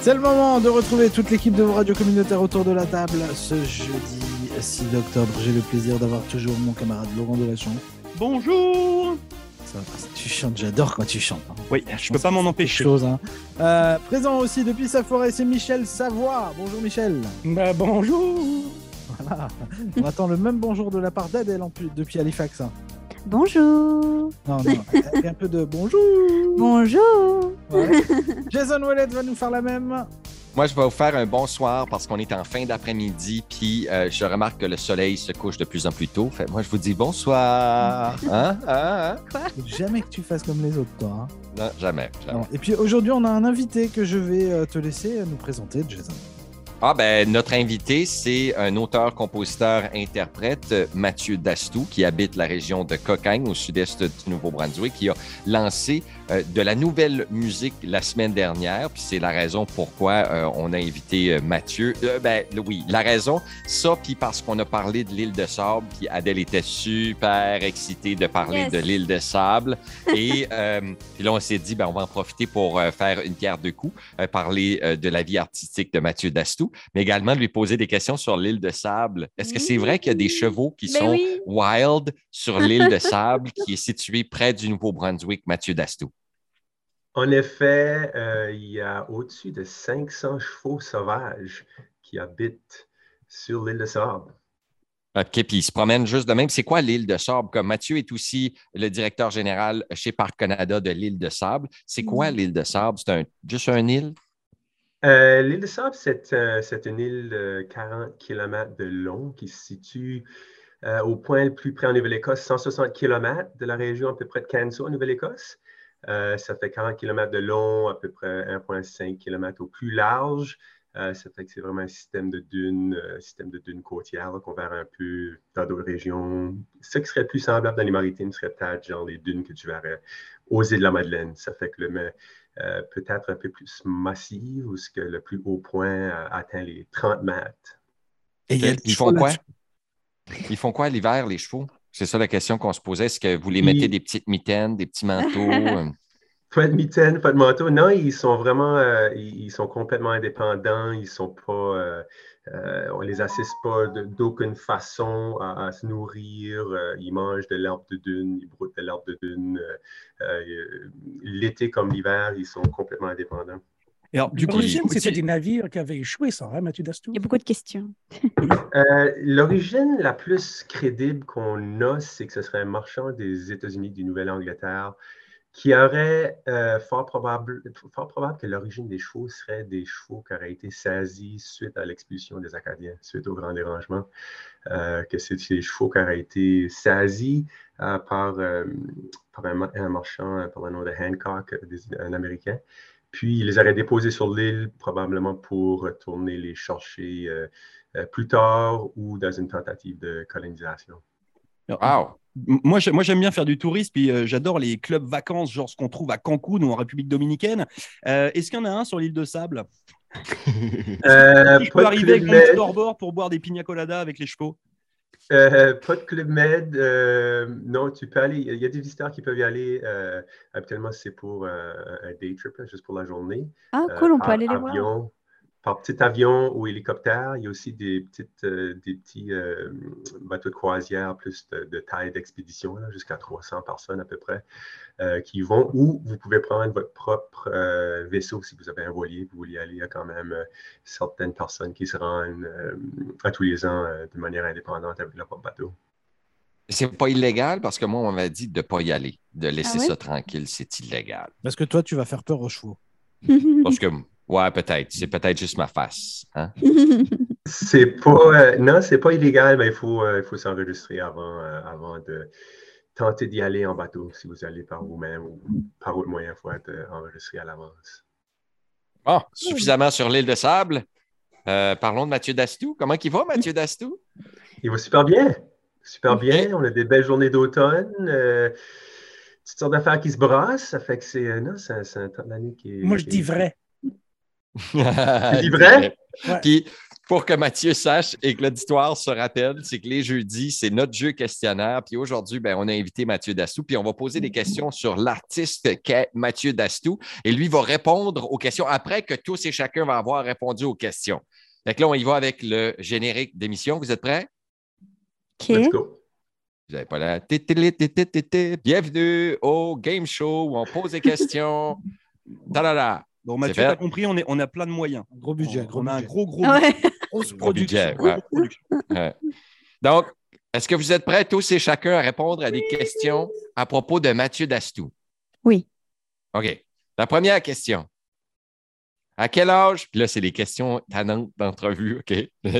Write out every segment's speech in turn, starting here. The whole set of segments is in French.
C'est le moment de retrouver toute l'équipe de vos radios communautaires autour de la table ce jeudi 6 octobre. J'ai le plaisir d'avoir toujours mon camarade Laurent Delachon. Bonjour Ça va, tu chantes, j'adore quand tu chantes. hein. Oui, je peux pas m'en empêcher. Chose, hein. Euh, présent aussi depuis sa forêt, c'est Michel Savoie. Bonjour Michel. Bah bonjour Voilà. On attend le même bonjour de la part d'Adèle en plus- depuis Halifax. hein. Bonjour. Non, non, avec un peu de bonjour. Bonjour. Ouais. Jason Wallet va nous faire la même. Moi, je vais vous faire un bonsoir parce qu'on est en fin d'après-midi, puis euh, je remarque que le soleil se couche de plus en plus tôt. Fait, que moi, je vous dis bonsoir. Hein? Hein? Hein? Faut Jamais que tu fasses comme les autres, toi. hein. Non, jamais. jamais. Non. Et puis aujourd'hui, on a un invité que je vais euh, te laisser euh, nous présenter, Jason. Ah, ben, notre invité, c'est un auteur, compositeur, interprète, euh, Mathieu Dastou, qui habite la région de Cocagne, au sud-est du Nouveau-Brunswick, qui a lancé euh, de la nouvelle musique la semaine dernière. Puis c'est la raison pourquoi euh, on a invité euh, Mathieu. Euh, ben, le- oui, la raison, ça, puis parce qu'on a parlé de l'île de sable, puis Adèle était super excitée de parler Yes. de l'île de sable. Et euh, puis là, on s'est dit, ben, on va en profiter pour euh, faire une pierre deux coups, euh, parler euh, de la vie artistique de Mathieu Dastou, mais également de lui poser des questions sur l'île de sable. Est-ce que c'est vrai qu'il y a des chevaux qui Mais sont Ben oui. wild sur l'île de sable qui est située près du Nouveau-Brunswick, Mathieu Dastou? En effet, euh, il y a au-dessus de 500 chevaux sauvages qui habitent sur l'île de Sable. OK, puis il se promène juste de même. C'est quoi l'île de sable? Comme Mathieu est aussi le directeur général chez Parc Canada de l'île de sable. C'est quoi Mm. l'île de sable? C'est un, juste un île? Euh, l'île de Sable, c'est euh, c'est une île de 40 km de long qui se situe euh, au point le plus près en Nouvelle-Écosse, 160 km de la région à peu près de Canso en Nouvelle-Écosse. Euh, ça fait 40 km de long, à peu près 1,5 km au plus large. Euh, ça fait que c'est vraiment un système de dunes, euh, système de dunes côtières là, qu'on verra un peu dans d'autres régions. Ce qui serait plus semblable dans les maritimes serait peut-être genre les dunes que tu verrais aux îles de la Madeleine. Ça fait que le, mais, euh, peut-être un peu plus massive où ce que le plus haut point euh, atteint les 30 mètres. Et il y a des Ils choix font quoi? là-dessus. Ils font quoi l'hiver, les chevaux? C'est ça la question qu'on se posait. Est-ce que vous les mettez Ils- des petites mitaines, des petits manteaux? euh? Pas de mitaine, pas de manteau. Non, ils sont vraiment, euh, ils ils sont complètement indépendants. Ils sont pas, euh, euh, on les assiste pas de- d'aucune façon à, à se nourrir. Euh, ils mangent de l'herbe de dune, ils broutent de l'herbe de dune. Euh, euh, L'été comme l'hiver, ils sont complètement indépendants. Et alors, du Puis- coup, l'origine, puis- c'était des navires qui avaient échoué, ça, hein, Mathieu Dastou Il y a beaucoup de questions. Euh, L'origine la plus crédible qu'on a, c'est que ce serait un marchand des États-Unis, du Nouvelle-Angleterre, qui aurait euh, fort probable, fort probable que l'origine des chevaux serait des chevaux qui auraient été saisis suite à l'expulsion des Acadiens, suite au grand dérangement, euh, que c'est des chevaux qui auraient été saisis euh, par, euh, par un, ma- un marchand euh, par le nom de Hancock, euh, des- un Américain. Puis, ils les auraient déposés sur l'île, probablement pour retourner les chercher euh, euh, plus tard ou dans une tentative de colonisation. Wow! M- Moi, j'ai- moi, j'aime bien faire du tourisme, puis euh, j'adore les clubs vacances, genre ce qu'on trouve à Cancun ou en République dominicaine. Euh, Est-ce qu'il y en a un sur l'île de Sable Euh, Si Je pas peux de arriver avec Club mon Med, petit hors-bord pour boire des pina coladas avec les chevaux. euh, pas de Club Med. euh, non, tu peux aller. Il y a des visiteurs qui peuvent y aller. euh, habituellement, c'est pour euh, un day trip, là, juste pour la journée. Ah, euh, cool, on par peut aller les voir. avion- Par petit avion ou hélicoptère. Il y a aussi des, petites, euh, des petits euh, bateaux de croisière, plus de, de taille d'expédition, là, jusqu'à 300 personnes à peu près, euh, qui y vont. Ou vous pouvez prendre votre propre euh, vaisseau si vous avez un voilier, vous voulez aller. Il y a quand même euh, certaines personnes qui se rendent euh, à tous les ans euh, de manière indépendante avec leur propre bateau. C'est pas illégal parce que moi, on m'a dit de pas y aller, de laisser Ah ouais? ça tranquille, c'est illégal. Parce que toi, tu vas faire peur aux chevaux. Parce que, ouais, peut-être. C'est peut-être juste ma face. Hein? C'est pas, euh, non, c'est pas illégal, mais il faut, euh, il faut s'enregistrer avant, euh, avant de tenter d'y aller en bateau. Si vous allez par vous-même ou par autre moyen, il faut être euh, enregistré à l'avance. Bon, Ah suffisamment sur l'île de sable. Euh, parlons de Mathieu Dastou. Comment il va, Mathieu Dastou? Il va super bien, super Ok. bien. On a des belles journées d'automne. Euh, toutes sortes d'affaires qui se brassent. Ça fait que c'est, euh, non, c'est un, c'est un temps de l'année qui est. Moi, je qui dis est- vrai. Il dis vrai? Ouais. Puis, pour que Mathieu sache et que l'auditoire se rappelle, c'est que les jeudis, c'est notre jeu questionnaire. Puis aujourd'hui, ben, on a invité Mathieu Dastou, puis on va poser des questions sur l'artiste qu'est Mathieu Dastou. Et lui va répondre aux questions après que tous et chacun va avoir répondu aux questions. Fait que là, on y va avec le générique d'émission. Vous êtes prêts? Let's Ok. go. Vous n'avez pas la... titili-tititi-titi. Bienvenue au game show où on pose des questions. Ta-da-da. Bon, C'est Mathieu, fait. t'as compris, on, est, on a plein de moyens. Un gros budget. on, gros Oh, on a un budget. gros, gros, Ah Ouais. Grosse Gros budget, ouais. production. Donc, est-ce que vous êtes prêts tous et chacun à répondre à des questions à propos de Mathieu Dastou? Oui. OK. La première question. À quel âge, puis là, c'est les questions tannantes d'entrevue, OK?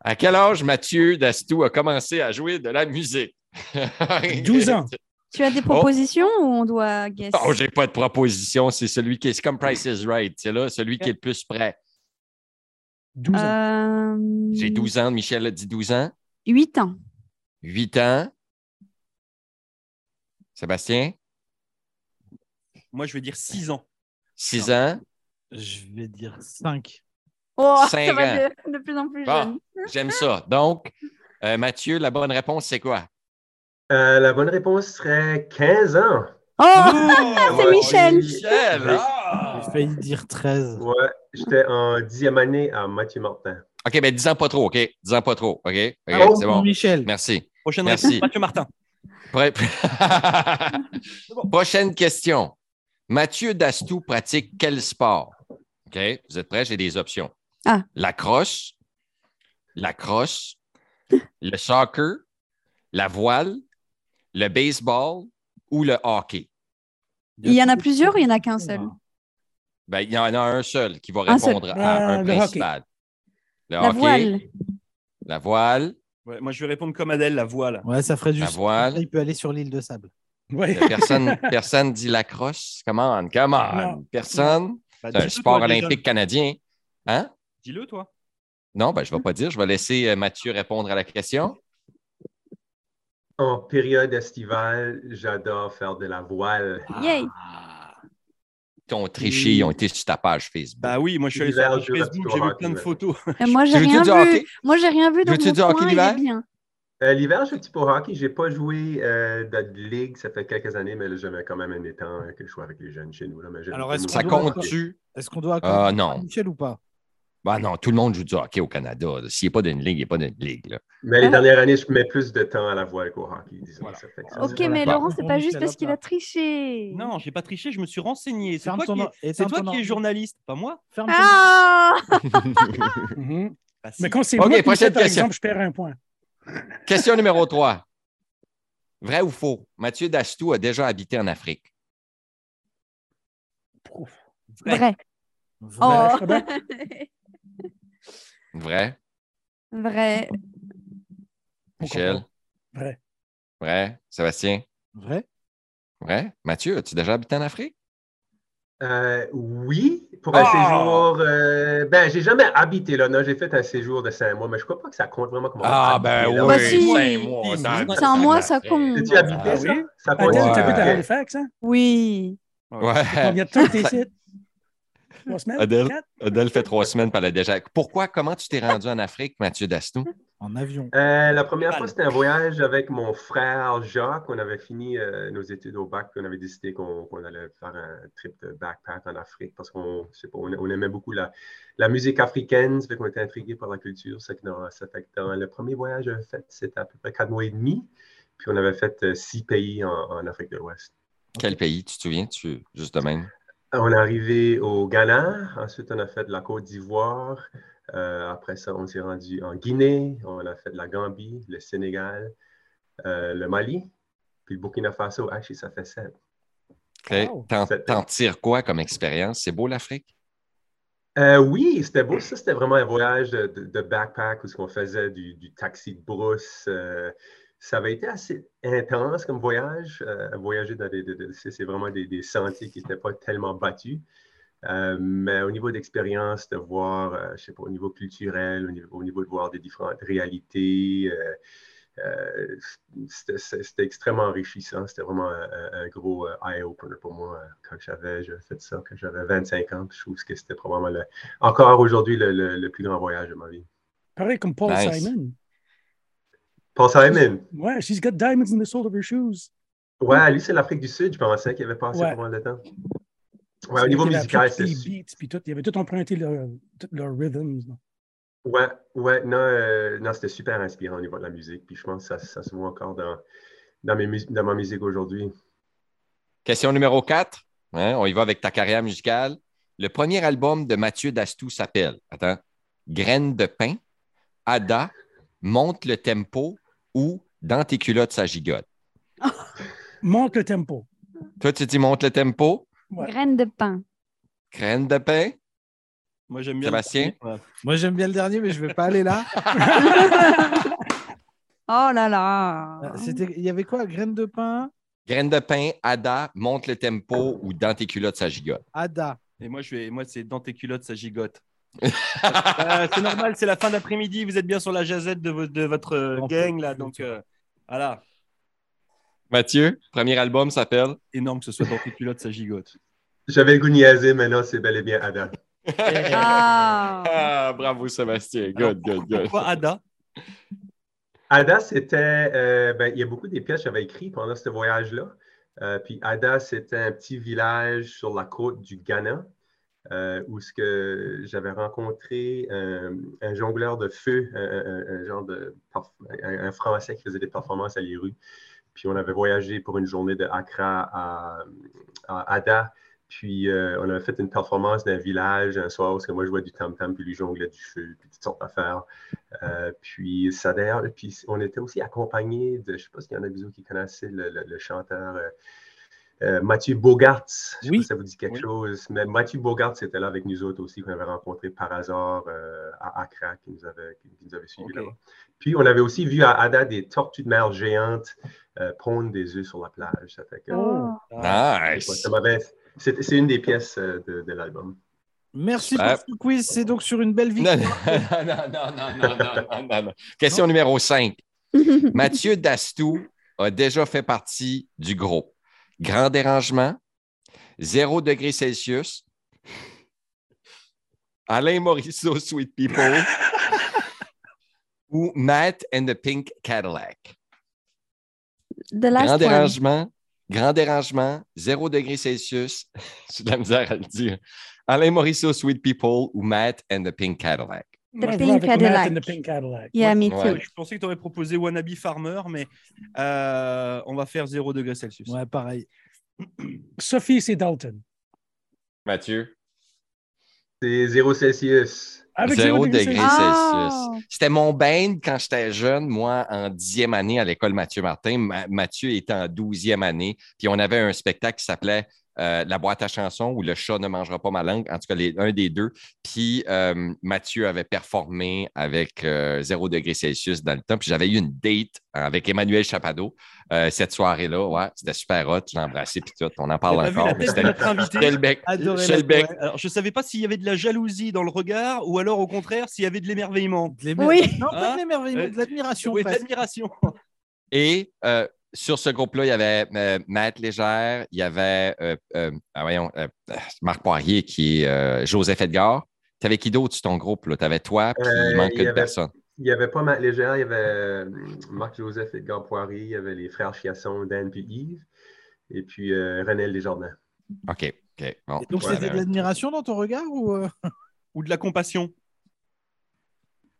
à quel âge Mathieu Dastou a commencé à jouer de la musique? 12 ans. Tu as des propositions ou on doit guess Non, Oh. j'ai pas de proposition. C'est celui qui est c'est comme Price is Right. C'est là, celui qui est le plus prêt. 12 Euh, ans. J'ai 12 ans. Michel a dit 12 ans. 8 ans. 8 ans. Sébastien, Moi, je vais dire 6 ans. 6 ans. Je vais dire 5. Oh, Cinq ça va ans. de, de plus en plus Bon. jeune. J'aime ça. Donc, euh, Mathieu, la bonne réponse, c'est quoi? Euh, la bonne réponse serait 15 ans. Oh, Ah c'est Oh, Michel. Michel! ah! J'ai failli dire 13. Ouais, j'étais en dixième année à Mathieu Martin. OK, ben 10 ans pas trop, OK? 10 ans pas trop, OK? OK, Bravo c'est pour bon. Michel. Merci. Prochaine Merci. réponse, Mathieu Martin. Pro- Prochaine question. Mathieu Dastou pratique quel sport? OK, vous êtes prêts? J'ai des options. Ah. La crosse, la crosse, le soccer, la voile, le baseball ou le hockey? Il y en a plusieurs ou il y en a qu'un seul Ben, il y en a un seul qui va Un seul. Ben, répondre à Ah, un le hockey. principal. Le La hockey, voile. la voile, Ouais, moi, je vais répondre comme Adèle, la voile. Ouais, ça ferait la juste. voile. Il peut aller sur l'île de sable. Ouais. Personne, personne dit la crosse. Comment? on, come on. Non. Personne. Bah, C'est un dis-le, sport toi, déjà. olympique canadien. Hein? Dis-le, toi. Non, ben, je ne vais pas dire. Je vais laisser euh, Mathieu répondre à la question. En période estivale, j'adore faire de la voile. Ah. Yay. Ils ont triché, ils ont été sur ta page Facebook. Bah oui, moi, je suis allé sur L'hiver, la page je vais Facebook, sur j'ai le vu hockey, plein de ouais. photos. Euh, Moi, j'ai Tu veux rien dire vu. hockey? Moi, j'ai rien vu. Donc, Veux-tu mon du hockey Ah, point, il d'hiver est bien. Euh, L'hiver, je joue un petit peu au hockey. J'ai pas joué euh, dans de ligue, ça fait quelques années, mais là, j'avais quand même un étang euh, que je jouais avec les jeunes chez nous. Là, mais j'ai- Alors, est-ce Ça qu'on doit- compte-tu? Est-ce qu'on doit Ah, accorder non. Michel ou pas Ben non, tout le monde joue du hockey au Canada. là. S'il n'est pas d'une ligue, il n'est pas d'une ligue. là. Mais les dernières années, je mets plus de temps à la voile qu'au hockey, disons. Voilà. Ça fait que ça- Ok, Voilà. mais Bah, Laurent, c'est on pas dit juste qu'elle a parce qu'il pas. a triché. Non, j'ai pas triché, je me suis renseigné. C'est Ferme toi, ton qui, or- et c'est ferme toi ton qui ordi. es journaliste, pas moi. Ferme ton Ah Mhm. Bah, si. Mais quand c'est Ok, moi qui le prochaine fais, par question. exemple, je perds un point. Question numéro 3. Vrai ou faux? Mathieu Dastou a déjà habité en Afrique. Vrai. Vrai. Vrai. Oh. Vrai. Vrai? Vrai. Michel? Vrai. Vrai? Sébastien? Vrai. Vrai? Mathieu, as-tu déjà habité en Afrique? Euh, oui, pour un Ah! séjour. euh, ben, j'ai jamais habité là. Non, j'ai fait un séjour de cinq mois, mais je crois pas que ça compte vraiment comme. Ah, ben habiter, Ah, ben là. oui. Bah, si. cinq mois, ça habite Sans en moi, ça Afrique. compte. T'es-tu habité, Ah ça? oui? Ça compte. Adèle, Ouais. t'habites à Ok. Halifax, hein? Oui. Ouais. Combien de temps t'es ici? Trois semaines? Adèle. Quatre? Adèle fait trois semaines, par elle a déjà. Pourquoi, comment tu t'es rendu en Afrique, Mathieu Dastou? En avion. Euh, la première Mal. fois, c'était un voyage avec mon frère Jacques. On avait fini euh, nos études au bac, puis on avait décidé qu'on qu'on allait faire un trip de backpack en Afrique parce qu'on je sais pas, on, on aimait beaucoup la, la musique africaine, ça fait qu'on était intrigué par la culture. Ça fait que dans, ça fait que dans le premier voyage que j'avais fait, c'était à peu près quatre mois et demi, puis on avait fait euh, six pays en, en Afrique de l'Ouest. Quel pays, tu te souviens, tu, juste de même? On est arrivé au Ghana, ensuite on a fait de la Côte d'Ivoire, euh, après ça on s'est rendu en Guinée, on a fait de la Gambie, le Sénégal, euh, le Mali, puis le Burkina Faso, actually ça fait sept. Ok. Wow. T'en, C'est- t'en tires quoi comme expérience? C'est beau l'Afrique? Euh, oui, c'était beau. Ça, c'était vraiment un voyage de, de- de backpack où ce qu'on faisait du, du taxi de brousse. euh, ça avait été assez intense comme voyage. euh, voyager dans des, des- des- c'est c'est vraiment des, des sentiers qui n'étaient pas tellement battus. Euh, mais au niveau d'expérience, de voir, euh, je sais pas, au niveau culturel, au niveau, au niveau de voir des différentes réalités, euh, euh, c'était- c'était c'était extrêmement enrichissant. C'était vraiment un, un- un gros euh, eye-opener pour moi euh, quand j'avais j'ai fait ça, quand j'avais 25 ans. Puis Je trouve que c'était probablement le- encore aujourd'hui le, le- le plus grand voyage de ma vie. Pareil comme Paul Nice. Simon. Paul Simon. Ouais, she's got diamonds in the sole of her shoes. Ouais, lui, c'est l'Afrique du Sud, je pensais qu'il avait passé Ouais. pas mal de temps. Ouais, au C'est niveau qu'il a musical, appris c'est tous les super. beats, puis tout, ils avaient tout emprunté leur, tout leur rhythms. là. Ouais, ouais, non, euh, non, c'était super inspirant au niveau de la musique. Puis je pense que ça, ça se voit encore dans, dans, mes mus- dans ma musique aujourd'hui. Question numéro 4. on y va avec ta carrière musicale. Le premier album de Mathieu Dastou s'appelle, attends, Graines de pain, Ada, Monte le tempo ou Dans tes culottes, ça gigote. Monte le tempo. Toi, tu dis Monte le tempo, Ouais. Graines de pain. Graines de pain. Moi, j'aime bien. Sébastien? le- Moi, j'aime bien le dernier, mais je vais pas aller là. Oh là là. Euh, C'était, il y avait quoi Graines de pain, Graines de pain, Ada, Monte le tempo ou Dans tes culottes, ça gigote. Ada. Et moi, je vais... moi c'est dans tes culottes, ça gigote. Euh, c'est normal, c'est la fin d'après-midi, vous êtes bien sur la jazette de, vo- de votre euh, gang, là. Donc, euh, voilà. Mathieu, premier album s'appelle. Énorme que ce soit dans tes culottes, ça gigote. J'avais le goût de niaiser, mais non, c'est bel et bien Adam. Ah. Ah, bravo Sébastien. Good, good, good. Pourquoi Ada Ada, c'était. euh, ben, il y a beaucoup des pièces que j'avais écrites pendant ce voyage-là. Euh, puis Ada, c'était un petit village sur la côte du Ghana euh, où ce que j'avais rencontré euh, un jongleur de feu, un, un- un- un genre de perf- un, un Français qui faisait des performances à les rues. Puis on avait voyagé pour une journée de Accra à, à Ada. Puis euh, on avait fait une performance d'un village un soir où ce que moi je jouais du tam-tam, puis lui jonglait du feu, puis toutes sortes d'affaires. Euh, puis ça d'ailleurs, puis on était aussi accompagné de, je ne sais pas s'il y en a des autres qui connaissaient le, le- le chanteur euh, euh, Mathieu Bogart. Je sais Oui. pas si ça vous dit quelque Oui. chose, mais Mathieu Bogart c'était là avec nous autres aussi qu'on avait rencontré par hasard euh, à Accra qui nous avait, qui nous avait suivis Ok. là-bas. Puis on avait aussi vu à Ada des tortues de mer géantes euh, pondre des œufs sur la plage. Ça fait que- Oh. Ouais, Nice. ça m'avait- c'est c'est une des pièces euh, de, de l'album. Merci Ouais. pour ce quiz. C'est donc sur une belle victoire. Non, non, non, non, non, non, non, non, non. Question numéro 5. Mathieu Dastou a déjà fait partie du groupe Grand dérangement, 0 degré Celsius, Alain Morisseau, Sweet People ou Matt and the Pink Cadillac. The Grand last one. dérangement, grand dérangement, 0 degré Celsius, j'ai de la misère à le dire. Alain Morisseau, Sweet People ou Matt and the Pink Cadillac. Moi, je Pink vais avec Matt Cadillac. and The Pink Cadillac. Yeah, me Ouais. too. Je pensais que tu aurais proposé Wannabe Farmer, mais euh, on va faire 0 degré Celsius. Ouais, pareil. Sophie, c'est Dalton. Mathieu? C'est Zéro Celsius. Avec Zéro degré Celsius. Ah. Celsius. C'était mon bain quand j'étais jeune, moi, en dixième année à l'école Mathieu Martin. Ma- Mathieu était en douzième année. Puis on avait un spectacle qui s'appelait euh, La boîte à chansons ou Le chat ne mangera pas ma langue. En tout cas, les- un des deux. Puis euh, Mathieu avait performé avec euh, 0 degré Celsius dans le temps. Puis j'avais eu une date avec Emmanuel Chapado euh, cette soirée-là. Ouais, c'était super hot. Je l'ai embrassé. Puis tout. On en On parle a vu la encore. mais tête de C'était notre c'était invité. le bec. Adoré C'était le la bec. Alors, je ne savais pas s'il y avait de la jalousie dans le regard ou alors au contraire s'il y avait de l'émerveillement. De l'émer- Oui. Non, pas Hein de l'émerveillement, de l'admiration. Oui, de presque. l'admiration. Et euh, sur ce groupe-là, il y avait euh, Matt Légère, il y avait euh, euh, ah, voyons, euh, euh, Marc Poirier qui est euh, Joseph Edgar. Tu avais qui d'autre sur ton groupe? Tu avais toi, puis Euh, il manque il y une avait- personne. Il n'y avait pas Matt Légère, il y avait euh, Marc-Joseph Edgar Poirier, il y avait les frères Chiasson, Dan puis Yves, et puis euh, René Desjardins. OK. OK. bon. Et Donc, Ouais, c'était de ben, l'admiration dans ton regard ou euh, Ou de la compassion.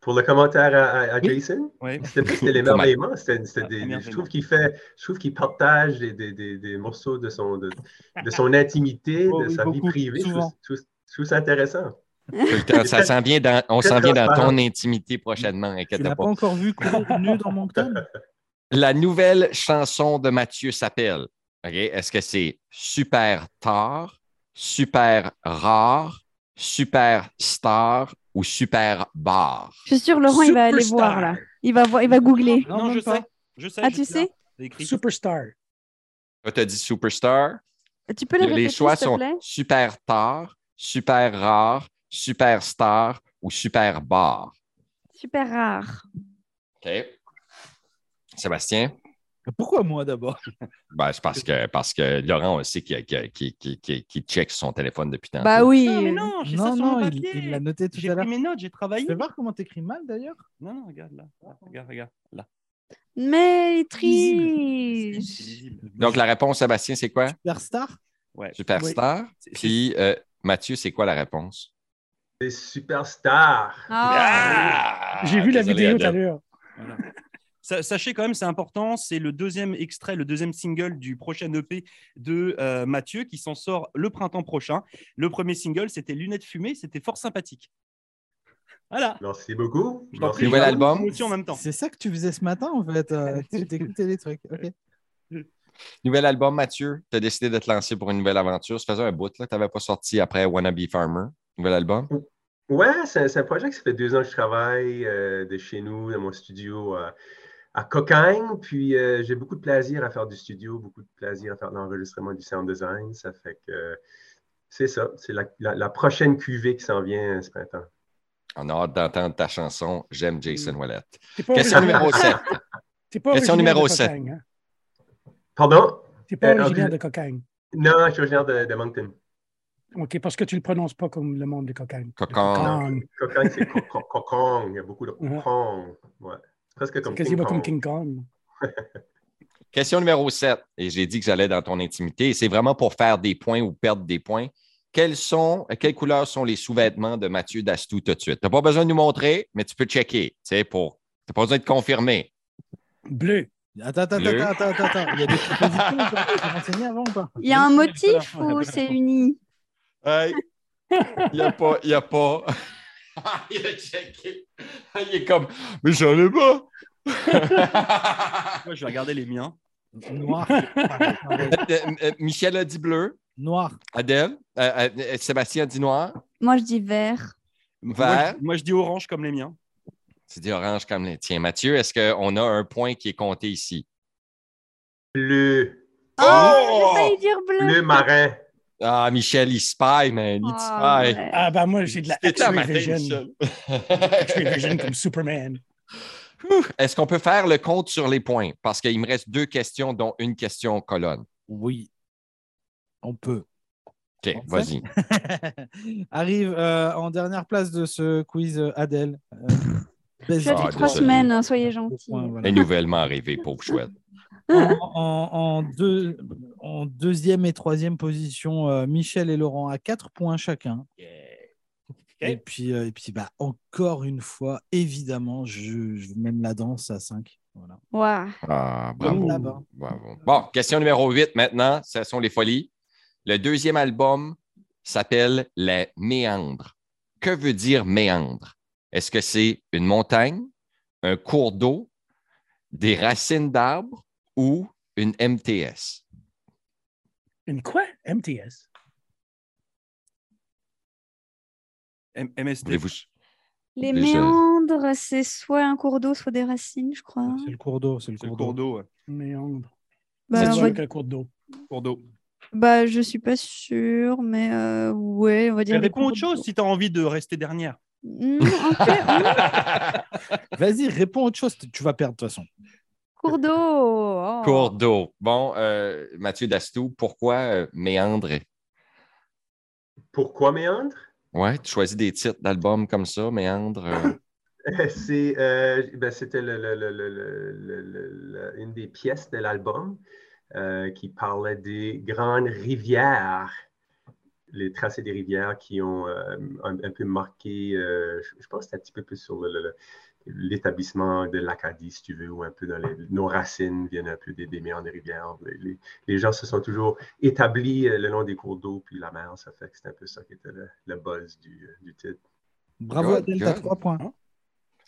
Pour le commentaire à, à- à Jason, Ouais. c'était plus c'était l'émerveillement. c'était- c'était Ah, des- des- Je émerveillement. trouve qu'il fait, je trouve qu'il partage des, des- des- des morceaux de son, de, de son intimité, Oh de oui, sa vie beaucoup, privée. Je trouve- souvent. je trouve- je trouve ça intéressant. tout le temps, ça s'en vient dans, on Très s'en vient dans transparent. ton intimité prochainement, tu inquiète l'as pas. pas encore vu courir nu dans Moncton La nouvelle chanson de Mathieu s'appelle. OK? Est-ce que c'est super tard, super rare, super star ou super bar? Je suis sûre, Laurent, il va aller Superstar. voir là. Il va, voir- il va googler. Non, même je pas. sais. Je sais. Ah, je tu suis là. sais C'est écrit. Superstar. Toi, t'as dit superstar. Tu peux le les répéter, choix s'il te sont plaît super tard, super rare, super star ou super bar. Super rare. OK. Sébastien? Pourquoi moi d'abord Ben, c'est parce que, parce que Laurent, on le sait qu'il qu'il- qu'il- qu'il- qu'il- qu'il check son téléphone depuis tantôt. Bah oui. Non, mais non, j'ai ça Non, sur mon non, il- papier. il l'a noté tout J'ai à l'heure. pris mes notes, j'ai travaillé. Tu peux voir comment t'écris mal d'ailleurs Non, non, regarde là. Là, Regarde, regarde. Là. Mais il C'est triche. lisible. Donc, la réponse, Sébastien, c'est quoi? Superstar Ouais. Superstar. C'est- Puis, euh, Mathieu, c'est quoi la réponse? Des superstars. Ah. J'ai vu la Désolé, vidéo tout à Adèle. l'heure. Voilà. Sa- Sachez quand même, c'est important, c'est le deuxième extrait, le deuxième single du prochain EP de euh, Mathieu qui s'en sort le printemps prochain. Le premier single, c'était Lunettes fumées, c'était fort sympathique. Voilà. Merci beaucoup. Je t'en Merci prie, Nouvel j'ai beaucoup. album. une promotion en même temps. C'est ça que tu faisais ce matin en fait. euh, tu t'écoutais les trucs. ok. Nouvel album, Mathieu. Tu as décidé de te lancer pour une nouvelle aventure. Ça faisait un bout, là. Tu n'avais pas sorti après Wannabe Farmer. Nouvel album. Ouais, c'est c'est un projet que ça fait deux ans que je travaille euh, de chez nous, dans mon studio euh, à Cocagne. Puis euh, j'ai beaucoup de plaisir à faire du studio, beaucoup de plaisir à faire de l'enregistrement du sound design. Ça fait que euh, c'est ça, c'est la, la- la prochaine cuvée qui s'en vient euh, ce printemps. On a hâte d'entendre ta chanson J'aime Jason Mm. Wallet. T'es pas Question originaire- numéro 7. t'es pas question originaire numéro de sept. Cocagne, hein? Pardon? T'es pas Euh, en originaire plus- de Cocagne. Non, je suis originaire de, de Moncton. OK, parce que tu le prononces pas comme le monde de Cocagne. De Cocagne. Cocagne, c'est co- co- Cocong. Il y a beaucoup de Ouais. Cocong. Ouais. Presque comme Mhm. C'est quasiment comme King Kong. King Kong. Question numéro 7. Et j'ai dit que j'allais dans ton intimité. Et c'est vraiment pour faire des points ou perdre des points. Quelles sont, quelles couleurs sont les sous-vêtements de Mathieu Dastou tout de suite? Tu n'as pas besoin de nous montrer, mais tu peux checker. Tu sais, pour. Tu n'as pas besoin de confirmer. Bleu. Attends, attends, Le- attends, attends, attends, attends. Il y a des propositions. ou pas Tu t'es renseigné avant ou pas Il y a un motif ou c'est uni Hey, Il n'y a pas. Il n'y a pas. il a checké. Il est comme. Mais j'en ai pas. Moi, je vais regarder les miens. Noir. Pardon, pardon. Euh, euh, Michel a dit bleu. Noir. Adèle. euh, euh, Sébastien a dit noir. Moi, je dis vert. Moi, Vert. je, moi, je dis orange comme les miens. Tu dis orange comme les tiens. Mathieu, est-ce qu'on a un point qui est compté ici? Bleu. Oh, Oh! J'ai failli dire Bleu bleu. marin. Ah, Michel, il spy, man. Il Ah, spy. ouais. Ah, ben moi, j'ai de la C'était un X-ray matin, vision. Michel. X-ray vision comme Superman. Ouh, Est-ce qu'on peut faire le compte sur les points? Parce qu'il me reste deux questions, dont une question colonne. Oui. On peut. OK, On le vas-y. Arrive euh, en dernière place de ce quiz euh, Adèle. Euh, Je baiser. suis là depuis Ah, trois désolé. semaines, hein, soyez gentils. Point, voilà. Elle est nouvellement arrivée, pauvre chouette. en, en- en deux- en deuxième et troisième position, euh, Michel et Laurent à quatre points chacun. Et puis, euh, et puis bah, encore une fois, évidemment, je, je mène la danse à 5. Voilà. Ouah. Ah, Comme bravo. là-bas. Bravo. Bon, question numéro 8 maintenant, ce sont les folies. Le deuxième album s'appelle Les Méandres. Que veut dire méandre? Est-ce que c'est une montagne, un cours d'eau, des racines d'arbres ou une MTS? Une quoi? MTS. M- MST. Voulez-vous? Les Déjà. méandres, c'est soit un cours d'eau, soit des racines, je crois. Ah, C'est le cours d'eau. C'est le C'est le cours cours d'eau. d'eau. ouais. Méandre. Bah, c'est on sûr va- qu'un cours d'eau. Cours d'eau. bah, je suis pas sûre, mais euh, ouais, on va Mais dire. des Réponds cours autre chose d'eau. si tu as envie de rester dernière. Non, en fait, hein, Vas-y, réponds autre chose. Tu vas perdre de toute façon. cours d'eau. oh. Cours d'eau. Bon, euh, Mathieu Dastou, pourquoi euh, méandre? Pourquoi méandre? Ouais, tu choisis des titres d'albums comme ça, méandre. euh, C'est, euh, ben, c'était le- le- le- le- le- le- le- le- une des pièces de l'album euh, qui parlait des grandes rivières, les tracés des rivières qui ont euh, un, un peu marqué, euh, je- je pense que c'est un petit peu plus sur le- le- le- l'établissement de l'Acadie, si tu veux, ou un peu dans les, nos racines viennent un peu des, des méandres des rivières. Les, les- les gens se sont toujours établis euh, le long des cours d'eau, puis la mer, ça fait que c'est un peu ça qui était le, le buzz du, euh, du titre. Bravo, Good, Adèle, t'as good. 3 points.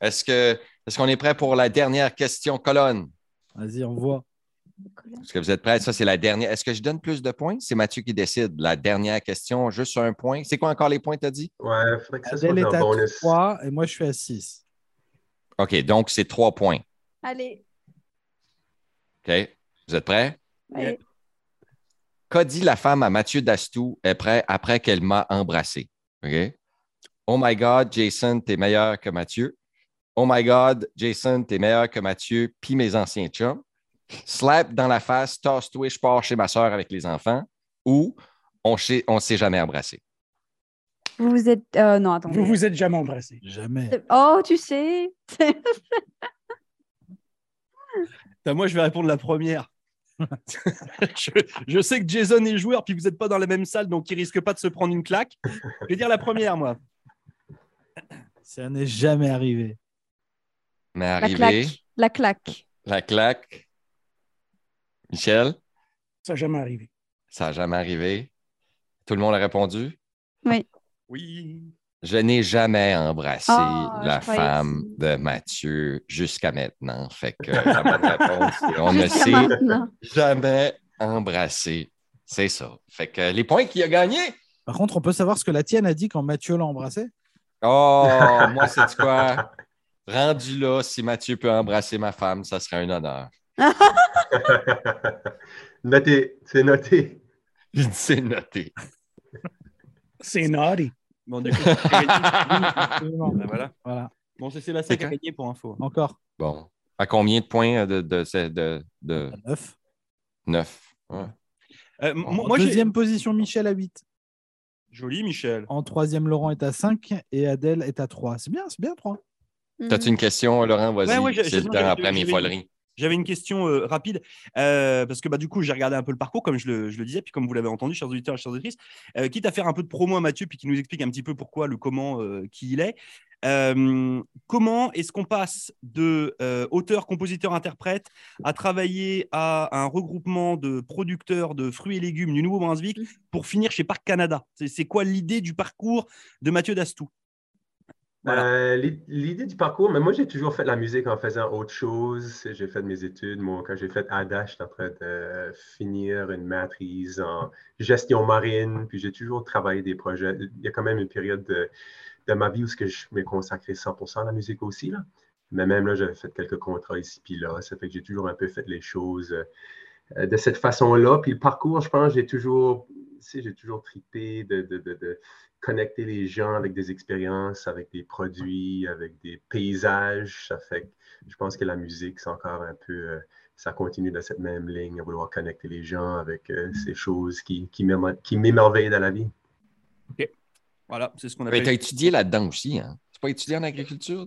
Est-ce que est-ce qu'on est prêt pour la dernière question colonne? Vas-y, on voit. Est-ce que vous êtes prêts? Ça, c'est la dernière. Est-ce que je donne plus de points? C'est Mathieu qui décide. La dernière question, juste un point. C'est quoi encore les points, t'as dit? Ouais, il faudrait que ça Adèle soit est un à bonus. 3 et moi, je suis à 6. OK, donc c'est trois points. Allez, OK? Vous êtes prêts? allez. Qu'a dit la femme à Mathieu Dastou après, après qu'elle m'a embrassé? OK? Oh my God, Jason, t'es meilleur que Mathieu. Oh my God, Jason, t'es meilleur que Mathieu, puis mes anciens chums. Slap dans la face, toss-toi, je pars chez ma soeur avec les enfants. Ou on ne on s'est jamais embrassé. Vous vous êtes. euh, non, attends. Vous vous êtes jamais embrassé. Jamais. Oh, tu sais. Putain, Bah, moi, je vais répondre la première. je, je sais que Jason est joueur, puis vous n'êtes pas dans la même salle, donc il risque pas de se prendre une claque. Je vais dire la première, moi. Ça n'est jamais arrivé. Mais La arrivé, claque. La claque. la claque. Michel, Ça n'a jamais arrivé. ça n'a jamais arrivé. Tout le monde a répondu. Oui. Je n'ai jamais embrassé Ah, je la croyais femme de Mathieu jusqu'à maintenant. Fait que euh, la bonne réponse, c'est on ne Jusqu'à s'est maintenant. jamais embrassé. C'est ça. Fait que les points qu'il a gagnés. Par contre, on peut savoir ce que la tienne a dit quand Mathieu l'a embrassé Oh, moi, c'est quoi? Rendu là, si Mathieu peut embrasser ma femme, ça serait un honneur. Notez, c'est noté. Il dit, C'est noté. C'est naughty. Bon, du coup, j'ai gagné. Absolument. Ben, voilà. Voilà. Bon, c'est Sébastien qui a Quelqu'un gagné pour info. Encore. Bon. À combien de points euh, de, de, de, de- de 9. neuf? Ouais. Euh, m- En moi, moi, j'ai- Deuxième position, Michel à 8. Joli, Michel. En troisième, Laurent est à 5 et Adèle est à 3. C'est bien, c'est bien 3. T'as-tu une question, Laurent? Vas-y. Ouais, ouais, j'ai- c'est j'ai- le temps après j'ai- mes j'ai- foleries. J'avais une question euh, rapide, euh, parce que bah, du coup, j'ai regardé un peu le parcours, comme je le, je le disais, puis comme vous l'avez entendu, chers auditeurs et chers auditrices, euh, quitte à faire un peu de promo à Mathieu, puis qui nous explique un petit peu pourquoi, le comment, euh, qui il est. Euh, comment est-ce qu'on passe de euh, auteur, compositeur, interprète à travailler à un regroupement de producteurs de fruits et légumes du Nouveau-Brunswick pour finir chez Parc Canada C'est- C'est quoi l'idée du parcours de Mathieu Dastou Voilà. Euh, l'i- L'idée du parcours, mais moi j'ai toujours fait de la musique en faisant autre chose. J'ai fait mes études. Moi, quand j'ai fait ADA, j'étais en train de finir une maîtrise en gestion marine. Puis j'ai toujours travaillé des projets. Il y a quand même une période de, de ma vie où ce que je m'ai consacré 100% à la musique aussi. Là. Mais même là, j'avais fait quelques contrats ici puis là. Ça fait que j'ai toujours un peu fait les choses euh, de cette façon-là. Puis le parcours, je pense, j'ai toujours, tu sais, j'ai toujours tripé de- de- de- de connecter les gens avec des expériences, avec des produits, avec des paysages. Ça fait que je pense que la musique, c'est encore un peu, euh, ça continue dans cette même ligne, à vouloir connecter les gens avec euh, ces choses qui, qui m'émer- qui m'émerveillent dans la vie. Voilà, c'est ce qu'on Mais appelle. t'as étudié là-dedans aussi, hein? Tu pas étudié en agriculture?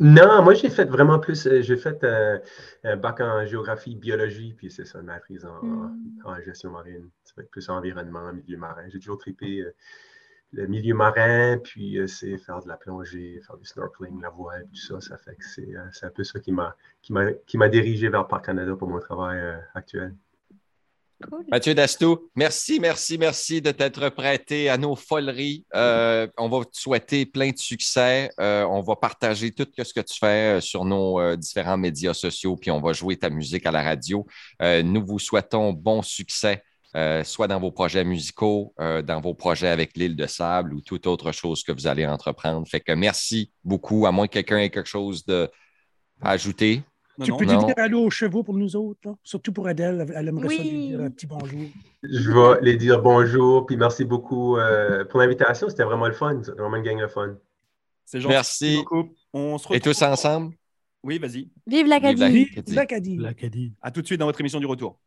Non, moi j'ai fait vraiment plus, euh, j'ai fait euh, un bac en géographie, biologie, puis c'est ça, une maîtrise en, Mm. Hmm. en gestion marine. Ça va être plus environnement, milieu marin. J'ai toujours trippé euh, le milieu marin, puis euh, c'est faire de la plongée, faire du snorkeling, la voile, tout ça. Ça fait que c'est euh, c'est un peu ça qui m'a qui m'a qui m'a dirigé vers Parc Canada pour mon travail euh, actuel. Cool. Mathieu Dastou, merci, merci, merci de t'être prêté à nos foleries. Euh, on va te souhaiter plein de succès. Euh, on va partager tout ce que tu fais euh, sur nos euh, différents médias sociaux, puis on va jouer ta musique à la radio. Euh, nous vous souhaitons bon succès, euh, soit dans vos projets musicaux, euh, dans vos projets avec l'île de sable ou toute autre chose que vous allez entreprendre. Fait que merci beaucoup, à moins que quelqu'un ait quelque chose de... à ajouter. Non, tu non. peux non. dire allô aux chevaux pour nous autres, là? surtout pour Adèle. Elle aimerait ça Oui. lui dire un petit bonjour. Je vais les dire bonjour, puis merci beaucoup euh, pour l'invitation. C'était vraiment le fun. C'était vraiment une gang de fun. C'est gentil. Merci. beaucoup. On se retrouve. Et tous ensemble? Oui, vas-y. Vive l'Acadie. Vive la- Vive Qu'est-ce que tu dis? l'Acadie. L'Acadie. À tout de suite dans votre émission du retour.